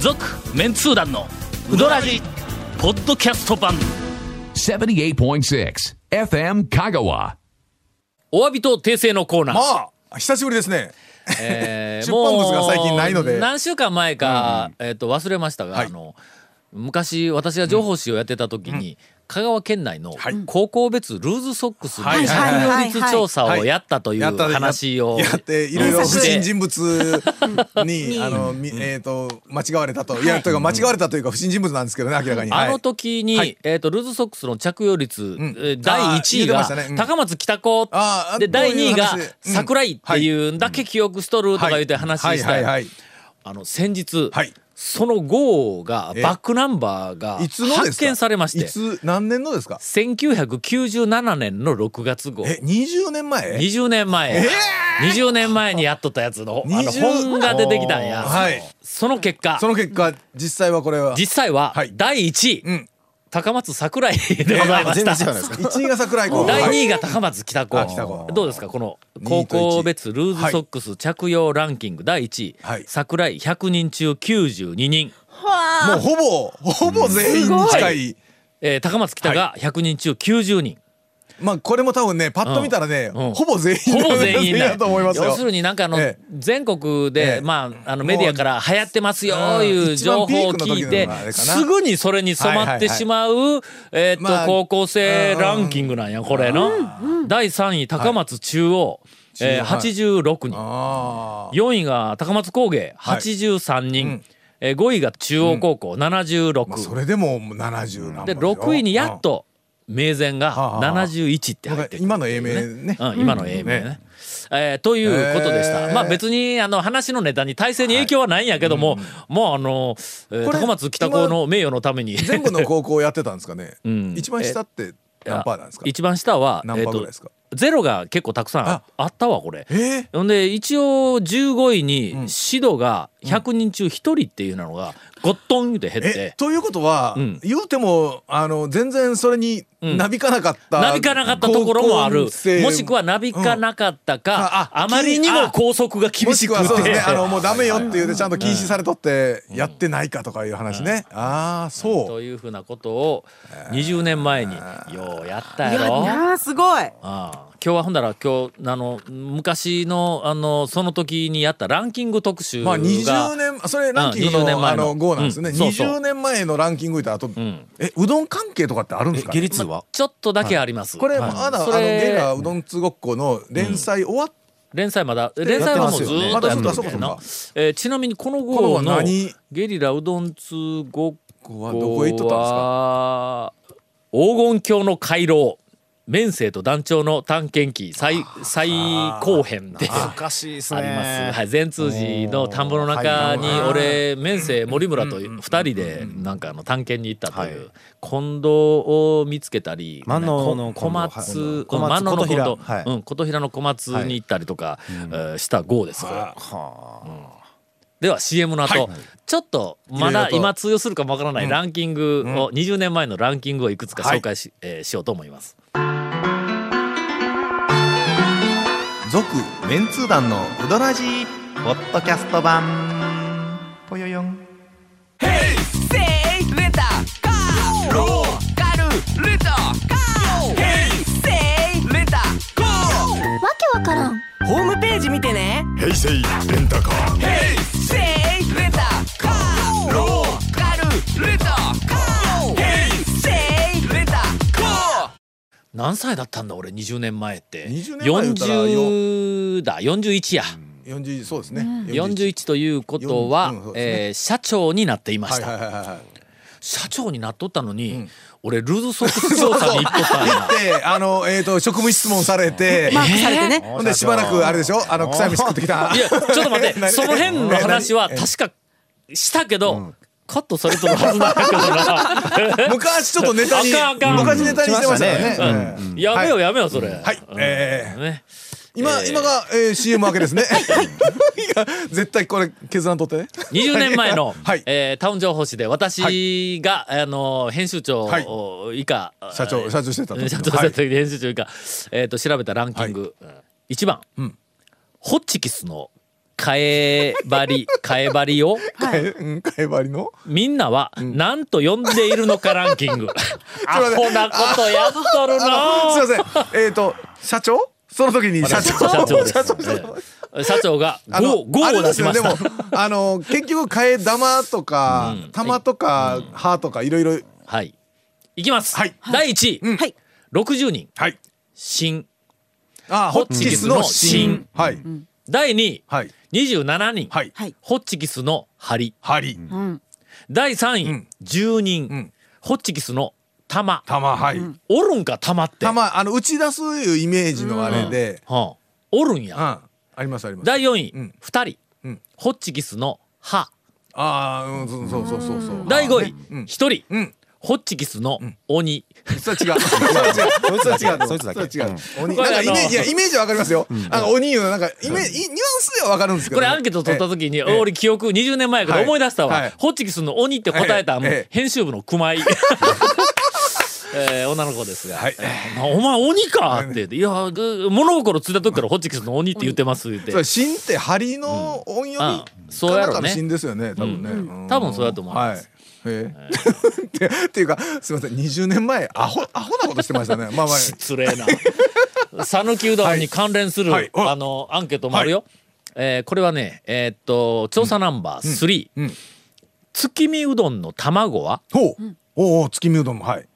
続メンツー団のウドラジポッドキャスト版78.6 FM Kagawa. お詫びと訂正のコーナー、ああ久しぶりですねえー出版物が最近ないのでもう何週間前か、えっと忘れましたが、はいあの昔私が情報誌をやってた時に、香川県内のはい高校別ルーズソックスのはいはいはいはい利率調査をやったというやった話をやっていろいろうん不して審人物 にあのみえっ、と間違われたといやというか間違われたというか不審人物なんですけどね明らかに、あのはい時に、はいえっ、と、ルーズソックスの着用率、んえー第1位あー言ってまがしたねう、ん高松北高あー、あで、第2位がこういう話、うん桜井っていうだけ記憶しとるとか言って話はいしはいはたいあの、先日、はいその号が、えバックナンバーがいつのです発か見されましいて、つ何年のですか1997年の6月号。え20年前20年前、20年前にやっとったやつのあの20本が出てきたんや、はいその結果その結果実際はこれは実際ははい第1位、うん高松桜井でございました、 1位が桜井君第2位位が高松北あ北高高どうですかこの2高位と1校別ルーズソックス着用ランキング第1位、はい桜井100人中92人、もうほぼほぼ全員に近い、えー高松北が100人中90人、まあこれも多分ねパッと見たらね、うんほぼ全員ほぼ全員だだと思いますよ要するになんかあの、ええ全国で、ええまああのメディアから流行ってますよいう情報を聞いうん一番ピークの時てのあれかなすぐにそれに染まってしまう、えーっと、まあ高校生ランキングなんやこれの、第3位高松中央、えー86人あ4位が高松工芸83人、えー5位が中央高あ校そ76、れでももう70何で6位にやっとと名前が71って入ってくる今の英名ねうん、今の英明ね。えーということでした。えーまあ別にあの話のネタに体制に影響はないんやけども、もうあの、えーこれ高松北高の名誉のために全 部の高校やってたんですかね、ん一番下って何パーなんですか一番下は何パーぐらいですかえーとゼロが結構たくさんあああったわこれ。えーほんで一応15位に指導が100人中1人っていうのがゴットンって減っえて。ということは、ん言うてもあの全然それになびかなかった、なびかなかったところもある。もしくはなびかなかったか、うんああまりにも拘束が厳もししくくて。はそうですねあのもうダメよって言うてちゃんと禁止されとってやってないかとかいう話ね、ああそうというふうなことを20年前にようやったいややろ。なあすごいああ今日はほんだら今日あの昔のあのその時にやったランキング特集が、まあ20年それランキングうの,、ん20年前あのの号なんですね、うんそうそう20年前のランキングいたらあと、えうどん関係とかってあるんですか、ね、率はちょっとだけあります。これ、はいまだあそのゲれラうどんつごっこの連載終わっ連載まだ連載はもうずーっとややっててっるまんすよだねよまなだ。えーちなみにこの号こののは何ゲリラうどん通ごっこここははどこへ行っとったんですか黄金鏡の回廊面生と団長の探検記最最後編で。かしいですあります。はい、善通寺の田んぼの中に俺面生森村と2人でなんかあの探検に行ったといはう近藤を見つけたり万能この小松うん小松万能の琴平琴はいうん琴平の小松に行ったりとかえーした号です。では CM の後、ちょっとまいろだいろと今通用するかもわからないランキングを20年前のランキングをいくつか紹介し,、えーしようと思います。続メンツー団のウドラジーポッドキャスト版ぽよよんホームページ見てね平成レンタカーせいレタカーローカルレタカーヘイセイレタカー何歳だったんだ俺20年前って20年前言うたらよ40だ41や、た40そうですね、 41ということは、うんそうですねえー社長になっていまはしいた、はいはいはい社長になっとったのに、俺ルーズソックス調査に行っとった んやであの、えー、と職務質問されてマークされてね、ほんでしばらくあれでしょあの臭い飯食ってきたいやちょっと待って 何その辺の話は確かしたけど、カットされてるはずなんや けどな昔ちょっとネタにあかんあかん昔ネタにしてましたよねしましたねうんやめようやめようそれはいえーね今、えー今が、えー、CM 明けですねいや 絶対これ決断取ってね20年前の、 はいえータウン情報誌で私が、あの編集長はい以下、社長えー社長して た時社長だった時編集長以下、えー、と調べたランキング、うん一番、ホッチキスのカエバリ カエバリをかえ、うん、かえばりの。みんなは何と呼んでいるのかラン キングア待ってホなことやっとるなすいません。えっ、と、社長。その時に社長。社長です社長社長えー社長があの5あれをで出すしよましたでも、あの、結局、替え玉とか、玉とか、歯とか、いろいろ。はいいきます、はい第1位、はい60人はい。新あー、ホホッッチチキキススのの芯芯。はい。第2位、はい。 27人、はい。はいホッチキスの針針。第3位、うん10人、んホッチキスの玉玉、はい。おるんか玉って玉、あの、打ち出すいうイメージのあれで。はあおるんうん。や、あります、あります。第4位、うん2人、うんホッチキスの歯ああ、うん、そうそうそうそうそう。第5位、うん1人、うん。ホッチキスの鬼、それは違う。それは違う。そいつだけそれは違う。鬼。こなんかれイメあーのジ、いやイメージはわかりますよ。あの鬼のなんか、イメージ、いニュアンスではわかるんですけど。これアンケート取った時に、え俺記憶20年前やからはい思い出したわ、はいホッチキスの鬼って答えた、ええもうええ編集部の熊 井えー女の子ですが「はいあお前鬼か!」って言って「いやぐ物心ついた時からホッチキスの鬼って言ってます」言ってそれ芯って針の音読みあかそうやなんろかうのね芯ですよね多分ね、うんん多分そうやと思いますはいへえってっていうかすみません20年前アホアホなことしてましたねまあまあ失礼 な讃岐うどんに関連する、はいはいあのアンケートもあるよ、えーこれはねえーっと調査ナンバー3、うんうん月見うどんの卵はほう、おうおう月見うどんもはい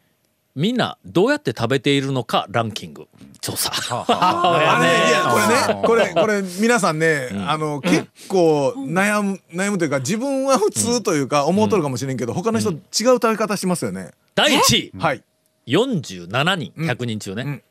みんなどうやって食べているのかランキング調査あれいやあーこれねこれこれ皆さんね、あの結構悩む悩むというか自分は普通というか思うとるかもしれんけど、他の人違う食べ方してますよね、 第1位はい47人100人中ね、ん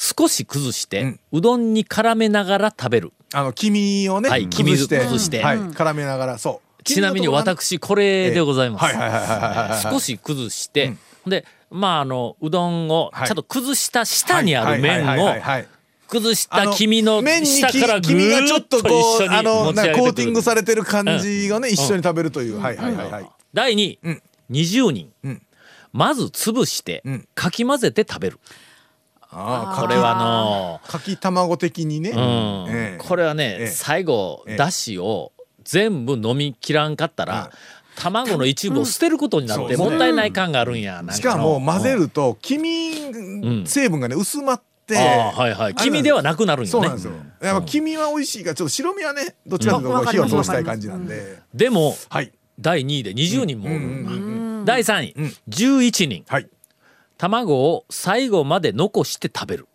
少し崩して、ううんどんに絡めながら食べるあの黄身をね、はい黄身崩して崩してはい、絡めながらそうちなみに黄身のところがね私これでございます、はいはいはいはいはいはい少し崩して、でまああのうどんをちゃんと崩した下にある麺はいはいをはいはいはい崩した黄身の麺に下からぐ黄身がちーょっっとと一こう緒にあの持ちな上んかげてコくーるティングされてる感じがね、一緒に食べるという、はいはいはいはい、第2位、ん20人、うんまず潰して、うんかき混ぜて食べるあこれはのかき卵的にね、うんええこれはね、ええ最後、ええだしを全部飲み切らんかったら、卵の一部を捨てることになって、うんそうもったいない感があるんやなんのしかも混ぜうんると黄ん身成分がね薄まって、あーはいはい黄身ではなくなるんよねそうなんですよやっぱ黄身は美味しいからちょっと白身はねどっちかというとこう火を通したい感じなんで、でもはい第2位で20人もおる、うんうん第3位、ん11人はい卵を最後まで残して食べる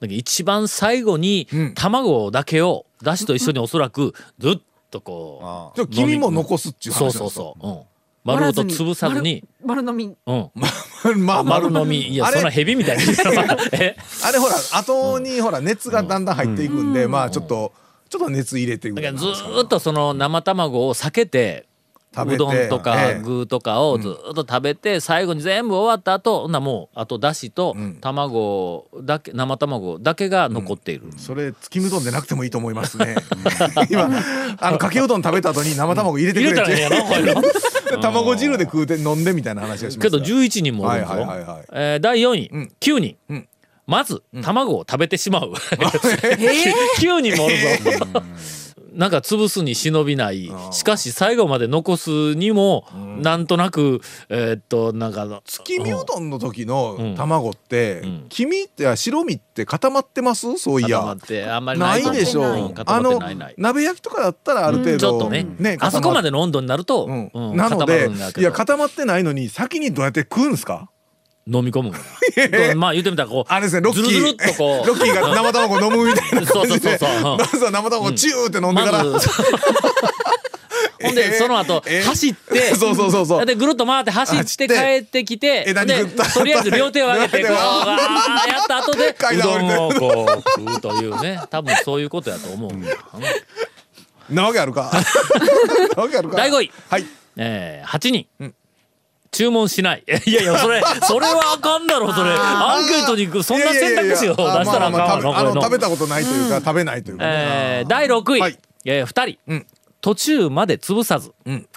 だから一番最後にうん卵だけをだしと一緒におそらくずっとこちょっと黄身も残すっていうう話そなんうですよそうそう、うん、丸ごと潰さずに、丸丸飲みうん、 まあ丸飲みいやあそれんな蛇みたいな えあれほら後にほら熱がだんだん入っていくんで、まあちょっとちょっと熱入れていくだみかたらいなずーっとその生卵を避けて食べてうどんとかええ具とかをずーっと食べて最後に全部終わった後ほんならもうあとだしとん卵だけ生卵だけが残っている、それ月見うどんでなくてもいいと思います ね今あのかけうどん食べた後に生卵入れて入くれれたらええてやろこういうの 卵汁で食うて飲んでみたいな話がしま けすどから11人もおるんですよ、はいはいはいはいえー第4位、ん9人、うんまず卵を食べてしまう、9 人もおるぞ、なんか潰すに忍びないしかし最後まで残すにも、なんとなくえーっとなんか月見うどんの時のん卵って、ん黄身ってあ白身って固まってますそうい固まっやてあんまりなないいでしょううん固あまってのないない鍋焼きとかだったらある程度ちょっとねあそこまででの温度になると、ううんんな固のまるでんだけいどや固まってないのに先にどうやって食うんですか飲み 込むんやまあ言ってみたらこうあれですねロッキーずるずるっとこ うロッキーが生卵飲むみたいな感じで そうそうそうそううんまずは生卵をチューって飲んでまから、 ずほんでその後えー走って そうそうそうそうでぐるっと回って走って走っ帰てってきて枝にでぐったとりあえず両手を上げてこう両手をわーやった後で階うど段ん降をりてこう食うというね多分そういうことやと思う、なわけあ るかなわけあるか第五位はいえー、8人、注文しない いやいやそれそれはあかんだろそれアンケートにそんな選択肢を出いやいやいやしたらあまかあんまわあ食べあの食なこれべの、たことないというか、食べないというか、えー、第6位、はいえー、2人、ん途中まで潰さず、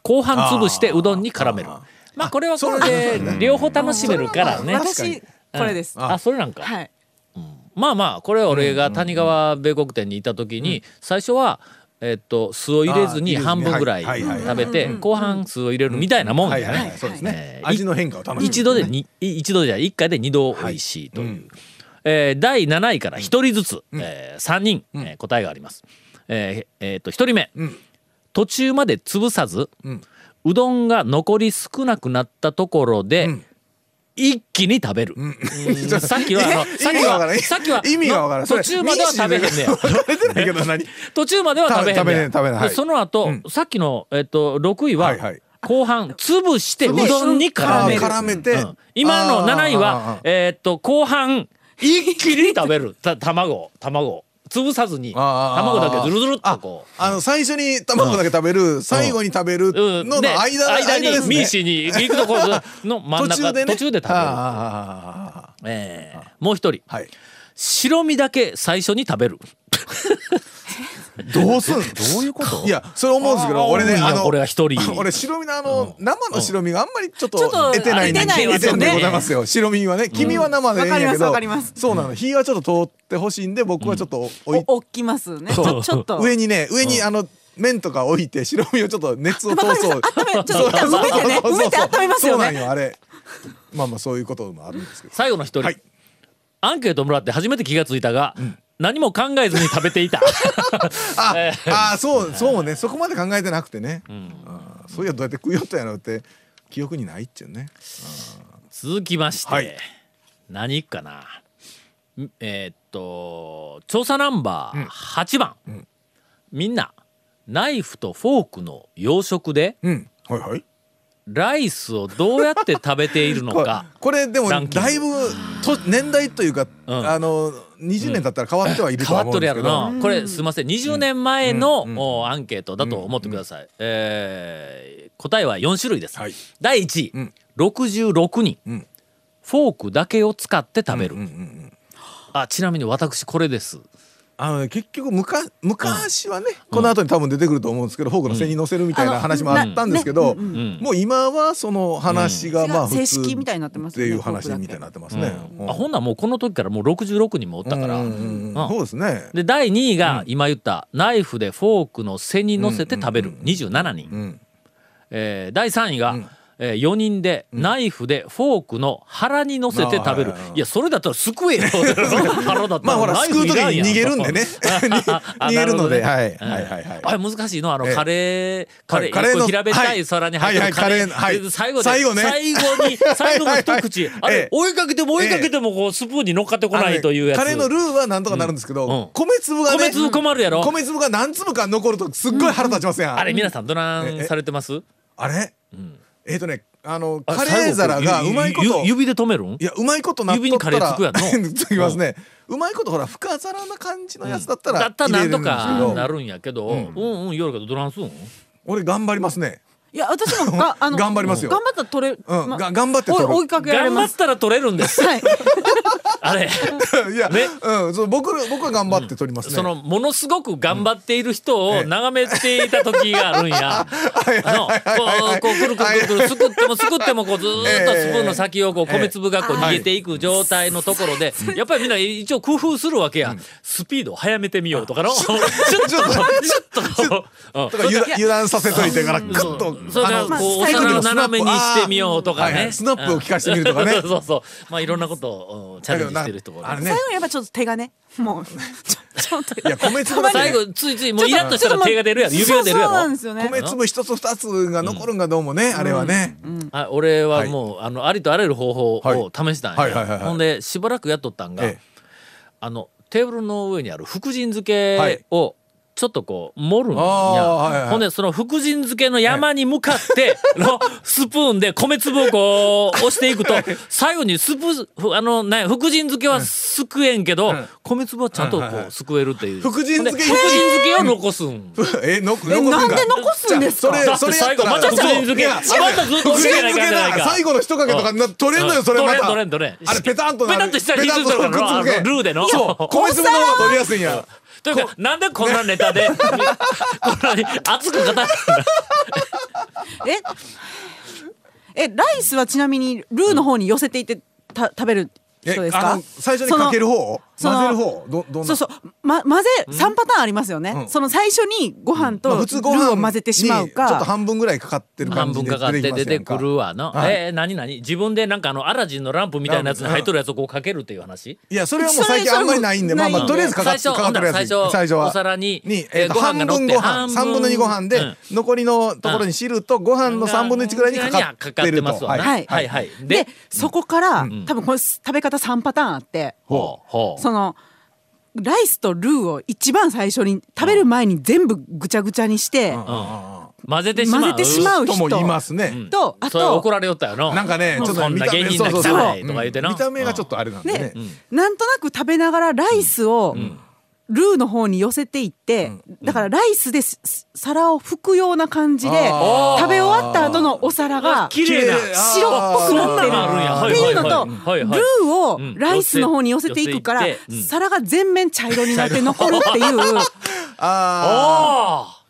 後半潰してうどんに絡めるまあこれはこれで両方楽しめるからね私これですあそれなんか、はいまあまあこれは俺が谷川米国店にいた時に最初は、ええっと酢を入れずにあー半分ぐらい入れずにはいはい食べて後半酢を入れるみたいなもんはやいはいねはいそうですねえーい味の変化を楽しむ一度でにい一度じゃない一回で二度美味しいという、えー第7位から一人ずつ、えー、3人、えー答えがあります。えーえーと一人目、途中まで潰さず、うどんが残り少なくなったところで、一気に食べる、うんさっきはあのさっ 意き味がわからんはさっきは意味がわからんのそ途れ中までは食べへんねや食べてないけど 何途中までは食べへんね食べへん食べへんはいでその後、さっきの、えっと6位は、はいはい後半潰してうどんに絡あめーる絡めてうん今の7位はあーえーっと後半一気に食べ るた卵を卵を潰さずにあー卵だけずるずるっとこう。あの最初に卵だけ食べる最後に食べるうんのの間間にですミーねシーに行くとこ ろの真ん中途中で,、ね食べる、あーえーもう一人はい白身だけ最初に食べるどうすんどういうこといやそれ思うんですけど俺ねああのの俺は一人 俺白身のあの生の白身があんまりちょっとちょっと得てない出てないわ出てんでございますよ白身はね君は生でええんやけどわかりますわかりますそうなの火はちょっと通ってほしいんで僕はちょっと置いお置きますね。ちょちょっと。上にね上にあの麺とか置いて白身をちょっと熱をわかりま通しそうた。温め、ちょっと一旦埋めてね。埋めて温めますよそうなんね。よあれまあまあそういうこともあるんです けど最後の一人、はいアンケートもらって初めて気がついたが、何も考えずに食べていたああそうそうねそこまで考えてなくてねあーそういやどうやって食いよったんやろうって記憶にないっちゅうね続きまして、はい何行くかなんえーっと調査ナンバー8番、みんなナイフとフォークの洋食でうんはいはいライスをどうやって食べているのこれ かこれでもランキングだいぶと年代というか、うんあの20年経ったら変わってはいると変はわっ思うとんるでやすろけな、どこれすいません20年前の、うんうんおアンケートだと思ってください、えー答えは4種類です、はい第1位、ん66人、んフォークだけを使って食べる、うんうんうんあちなみに私これですあのね結局むか昔はね、この後に多分出てくると思うんですけど、フォークの背に乗せるみたいな話もあったんですけど、うんうんうんもう今はその話がうんまあ普通正式みたいになってますってよねいう話みたいになってますね。うんあほんならもうこの時からもう66人もおったから、うんうんうんうんそうですね。で第2位が今言ったナイフでフォークの背に乗せて食べる27人、んえー第3位が、えー4人でナイフでフォークの腹に乗せて食べる、あーいやそれだったらす くえよ腹だったまあほららナイ救フうい時らんにやん逃げるんで ね逃げるので、はいはいはいはい。あれ難しいのあのええカレー、カレーカレーの一個平べったはいい皿に入ってるはいはいカレーカレーのはい最後で最後ね最後 に最後の一口あえれえ追いかけても追いかけてもこうスプーンに乗っかってこあのなねいというやつカレーのルーはなんとかなるんですけど、うんうん米粒がね米粒困るやろ米粒が何粒か残るとすっごい腹立ちません、あれ皆さんどなええんされてますあれ、えっ、とねあのあカレー皿が最後うまいこゆとゆ指で止めるんいやうまいことなっとったら指にカレーつくやん のつきますね、うまいことほら深皿な感じのやつだったらだったらなん入れれとるかんですけどなるんやけど、うん、うんうん夜けどどなんすん俺頑張りますねいや、私 もが、あの、頑張りますよ頑張ったら取れ、うんまが頑張って取る追い追いかけられ頑張まっす。たら取れるんですはい。あれ いや、ねうん、そう僕僕は頑張って取りますね、そのものすごく頑張っている人を眺めていた時があるん や。のこうこうくるくるくるくるすくってもすくってもこうずーっとスプーンの先をこう米粒がこう逃げていく状態のところでやっぱりみんな一応工夫するわけや。スピードを速めてみようとか のちょっとちょっとこうとか油断油断させといてからグッとうんそれからあのこうお手首皿をのスナップ斜めにしてみようとかあーはいはね。いスナップを効かしてみるとかね そうそうそう。まあいろんなことをうんチャレンジしてる人もいるあれね最後にやっぱちょっと手がね、もう、ちょちょっと。いや米粒たまがにね最後ついついもうイラッとしたら手が出るやろ指が出るやそうそうなんろですよね。米粒一つ二つが残るんがどうもね、あれはね、あ俺はもう、あのありとあらゆる方法を試したんや、はいはいはいはいはいほんでしばらくやっとったんが、ええあのテーブルの上にある福神漬はけいをちょっとこう盛るんや、ああはいはいほんでその福神漬けの山に向かって のスプーンで米粒をこう押していくと最後にスプふあの、ね、福神漬けはすくえんけど、米粒はちゃんとこうすくえるっていう、福神漬けほんで福神漬けを残すん。えの残え、すんなんかで残すんですそかれだってそれや最った後まらた福神そう漬いけやまた ずっと福続神けな漬いかんけじゃないなか最後の一かけとかな取れんのよそれまたどれんどれんどれんどれんあれペタンとなるペタンとしたら引きずったからペタンとくっつけルーでのそう米粒の方が取りやすいんやというかなんでこんなネタ でこんなに熱く語るんだええライスはちなみにルーの方に寄せていってた食べるえ人ですあかの最初にかける方その混ぜる方どどんなそうそう、ま、混ぜ3パターンありますよね、うんその最初にご飯とまあル普通ご飯ーを混ぜてしまうにちょっとか、半分ぐらいかかってる感じ半分でかかって出てくるわわな、はいえー、何何自分でなんかあのアラジンのランプみたいなやつに入っとるやつをこうかけるっていう話いやそれはもう最近あんまりないんでそれまあそれまあとりあえずかか最っ初かかってるやつ最初最初はお皿にに、ええーー、ごと半飯が乗っ分てご飯3分の2ご飯で、うん残りのところに汁とご飯の3分の1ぐらいにかかかっかっててるまとすわなははいいはい、ででそこから、多分これ食べ方3パターンあって、ほうほうそのライスとルーを一番最初に食べる前に全部ぐちゃぐちゃにして、混ぜてしまう混ぜてしまう人もいますね、とあそれと怒られよったよななんかねちょっそとんな芸人そうだそけうじそゃうないとか言うてな見た目がちょっとあれなんでねで、なんとなく食べながらライスを、ルーの方に寄せていって、だからライスですす皿を拭くような感じであー食べ終わった後のお皿が綺麗な白っぽくなってるあーそんなのあるんやはいっていうのと、はいはいはいはいはいルうんーをライスの方に寄せていくから、寄せていってうん皿が全面茶色になって残るっていう あああ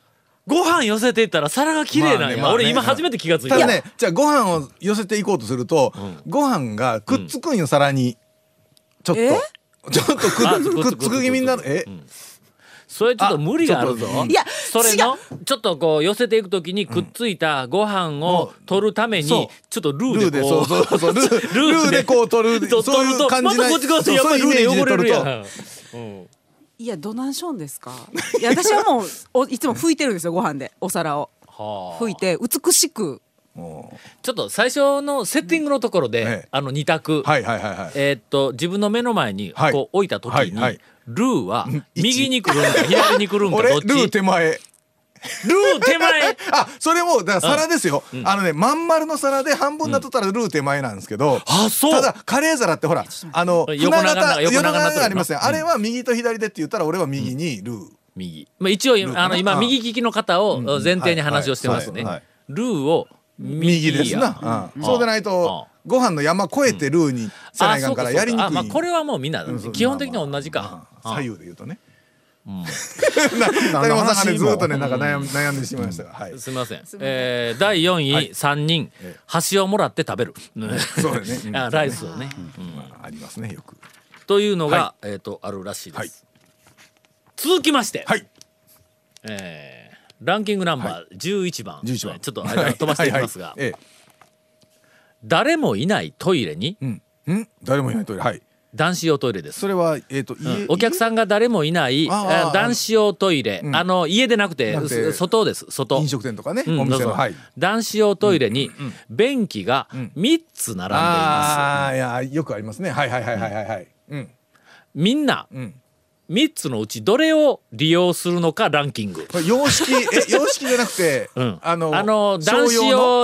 ご飯寄せていったら皿が綺麗なんや、まあねまあね俺今初めて気がついーたただねじゃあご飯を寄せていこうとすると、ご飯がくっつくんよ皿にちょっと、えちょっとくあっくっつく気味になるえ、それちょっと無理があるぞあちょっといやそれのちょっとこう寄せていくときにくっついたご飯を取るためにちょそっとルルーーででこそううそうそうルールーでこう取るとそういう感じなまたこっち側ってやっぱりルーで汚れるやんいやどなんしょんですかいや私はもうおいつも拭いてるんですよご飯でお皿をはあ拭いて美しくちょっと最初のセッティングのところで、うんええあの二択、はいはいはいはいえーっと自分の目の前にはいこう置いたときに、はいはいルーは一右に来るん か左に来るんか俺どっルちー手前ルー手 前あそれもだから皿ですよ、あのねまん丸の皿で半分になっとったらルー手前なんですけど、あそうただカレー皿ってほらあの横船長な形横長な形がありますね、うんあれは右と左でって言ったら俺は右にルー、右、まあ、一応ーかなあの今あ右利きの方を前提に話をしてますね、はいはいルーを右右やですな、うんうんそうでないとご飯の山越えてルーにせないかんからあそうかそやうかりにくい、あまあこれはもうみんな、うんそう基本的には同じか、まあまああ左右で言うとね、 な谷本さんがねずっとねなんか悩ん悩んでしまいましたが、はいすみませんえー第4位、3人箸をもらって食べる、そうだね あライスをね、まあありますねよくというのが、えー、とあるらしいです、はい続きまして、はいえーランキングナンバー11番、 11番ちょっと間飛ばしていきますが、はいはいはい誰もいないトイレにええうんん誰もいないトイレはい男子用トイレですそれはえっ、と、うん家お客さんが誰もいないあーあ男子用トイレ、うんあの家でなくてなくてす外です外飲食店とかね、うんお店どうのぞはい男子用トイレに便器が3つ並んでいます、ああいやよくありますねはいはいはいはいはいはいうんみんなうん3つのうちどれを利用するのかランキングこれ洋式 え洋式じゃなくて、うんあの男子 用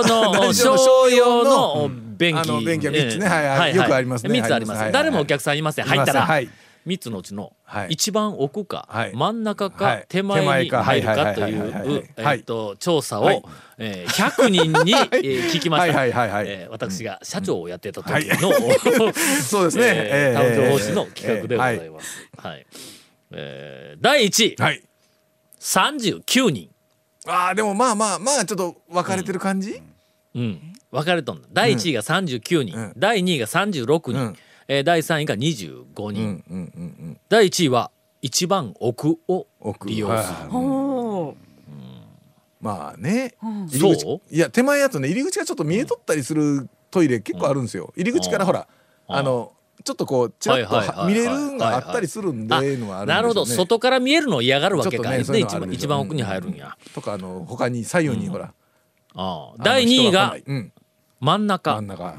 の商商用用のの便器あの便器は三つねええはいはいよくありますね三つあります、はいはい誰もお客さんいませんはい入ったら、はい三つのうちのはい一番奥か、はい真ん中か、はい手前に入るかとい手前かはいはいはいはういえはいっと調査を、はいえー100人 に、えー聞きました。はいはいはいはいえー私が社長をやってた時の、 そうですねえええー誕生方針の企画でございます。はい。えー第一位、はい三十九人。ああでもまあまあまあちょっと分かれてる感じ、うん、分かれとんだ第1位が39人、うん第2位が36人、うんえー第3位が25うん、う人、んうんうん第1位は一番奥を奥利用する、はいおおまあね、ん入り口そういや手前やとね入り口がちょっと見えとったりするトイレ結構あるんですよ入り口からほら、うんあのちょっとこうちらっとはいはいはいははい見れるんがあったりするんで、あいうのはあるんでなるほどしょうね外から見えるのを嫌がるわけちょっか、とねね、そういうの一はある番でしょ一番奥に入るんや、とかあの他に左右にほら、あああの第2位が人来ないうん、真ん中真ん中、うん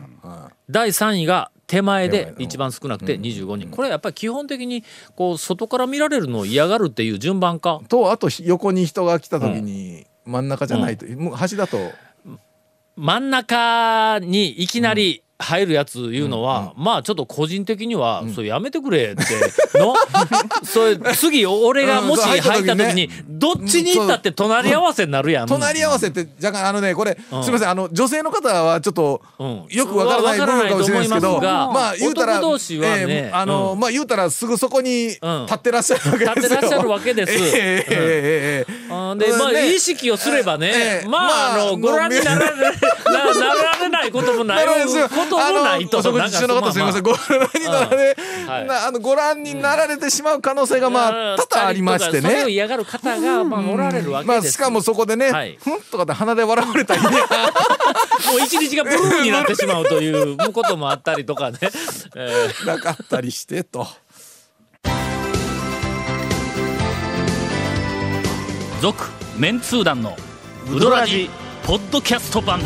第3位が手前手で前うん一番少なくて25人、これはやっぱり基本的にこう外から見られるのを嫌がるっていう順番かとあと横に人が来た時に真ん中じゃないと、もう端だと真ん中にいきなり入るやついうのは、まあちょっと個人的には、それやめてくれって のそれ次俺がもしうんそう入入っったた時時ねにどっちに行ったって隣り合わせになるやん。隣り合わせって若干あのねこれ、すみませんあの女性の方はちょっと、うんよくわからない部分かもしれないですけどわからないと思いますが言うたら男同士はねえーあの、うまあ言うたらすぐそこに立ってらっしゃるわけですよ、 立ってらっしゃるわけですええええええええうんで、まあ、ね意識をすればね、ええまあ、あまあの、ご覧になられ、ななられないことも ない、こともないと、お食なん事か中のまあま方あすみません、ご覧になられんはい、なあ のご覧になられてしまう可能性がまあ多々ありましてそれをね。嫌がる方が、まあ、おられるわけですまよ。あしかもそこではいね、ふんとかで鼻で笑われたりね、 もう一日がブルーになってしまうということもあったりと かね。えーなかったりしてと。続メンツー団のウドラジポッドキャスト版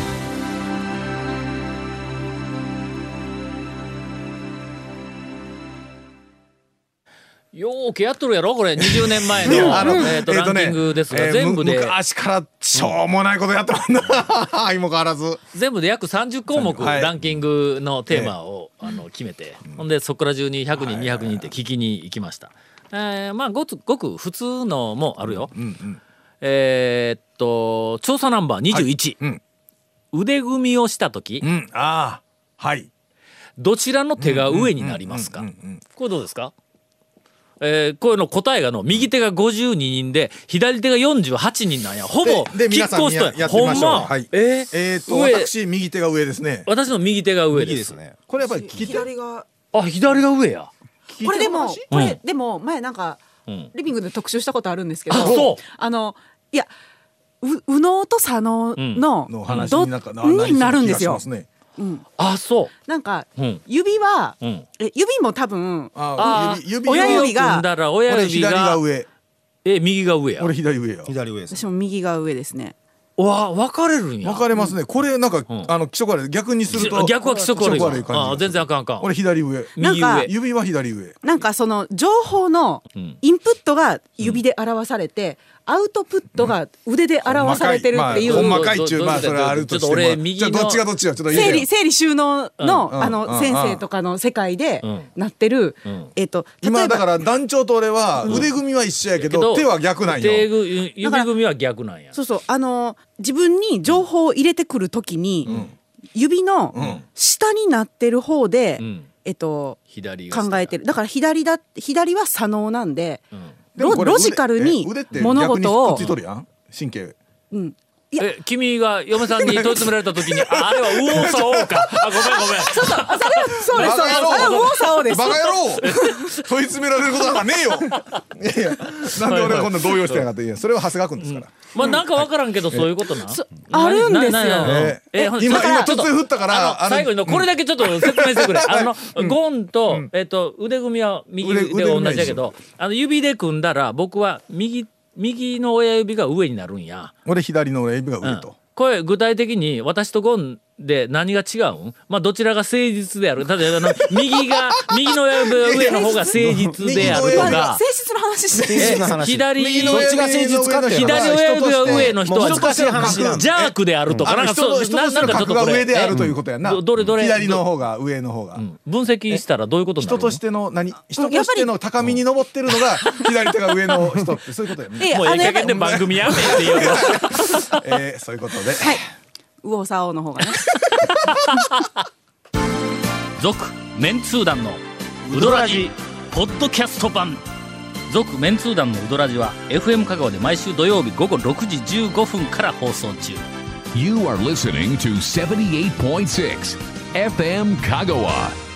よーけやっとるやろこれ、20年前の、 あのえっと、えーラとンねキングですが、えー全部むで、昔からしょうもないことやってるんだ。 相も変わらず。全部で約30項目、はいランキングのテーマを、あの決めて、ほんでそこら中に100人、200人って聞きに行きました、えーまあごつごく普通のもあるよ、えーっと調査ナンバー21、うん腕組みをした時、うん、ああ、はい。どちらの手が上になりますかこれどうですかえー、こういうの答えがの右手が52人で左手が48人なんやほぼでで拮皆さん抗にしとやんややってみほまんしょう。ま、はい。えーえっと上私右手が上ですね。私の右手が上ですねこれやっぱり聞いて左があ左が上やこれでもこうれんでも前なんかんリビングで特集したことあるんですけどあそうあのいやう右脳と左脳のの話どになんかになるんですよ。あそうなんかうん指はうんえ指も多分あー指親指指が組んだら親俺指左がが上。え右が上や俺左上よ。左上です私も右が上ですね。うわ分かれるんや分かれますね。これなんか、んあの規則悪い逆にすると逆は規則悪いわ規感じあ全然あかんあかん俺左上。右なん上か指は左上。なんかその情報のんインプットが指で表されて、アウトプットが腕で表されてるっていう、ほんまかいっちゅうどまあどそれはあるとしても。ちょっと俺右のじゃあどっちがどっちよちょっと言うて整理整理収納の、うんあうんの先生とかの世界でんなってる、んえっ、と例えば今だから団長と俺は腕組みは一緒やけど、手は逆なんよ。手ぐ指だから組みは逆なんやそうそうあの自分に情報を入れてくるときに、指の下になってる方で、んえっと左が考えてるだから左だ左は左脳なんで、でもロこれロジカルに腕って物事を逆にくっついとるやん神経。 え君が嫁さんに問い詰められた 時にああれは右往左往かあごめんごめんそうですそうですバカ野郎あれは右往左往ですバカ野郎問い詰められることなんかねえよいやいやなんで俺がこんな動揺してんやがっていやそれは長谷川君ですから。まあなんかわからんけどそういうことな。なあるんですよなななえええほんで今だから今突然降ったからあのあの最後にのこれだけちょっと説明してくれ。あのゴンとえっと腕組みは右腕で腕組みは同一緒じやけど、あの指で組んだら僕は右右の親指が上になるんや。俺左の親指がう上んと。これ具体的に私とゴンで何が違うんまあどちらが誠実であるただあの右が右の親指が上の方が誠実である と右の親か誠実の話してえの話左右の親指の上の人左親指が上の人はもう人としての話なんだジャークであるとか、あのなんか人そのう、人なとしなてんのかちょっ格とこがれ上であるということやな。どどれどれ左の方が上の方が。分析したらどういうことにな人るとのしての何人としての高みに登ってるのが左手が上の人ってそういうことやね。ええもうえあえのや加っぱ減りで右番組やめっていうの えーそういうことで。往左往の方がね続メンツー団のウドラジポッドキャスト版続メンツー団のウドラジは FM 香川で毎週土曜日午後6時15分から放送中 You are listening to 78.6 FM Kagawa.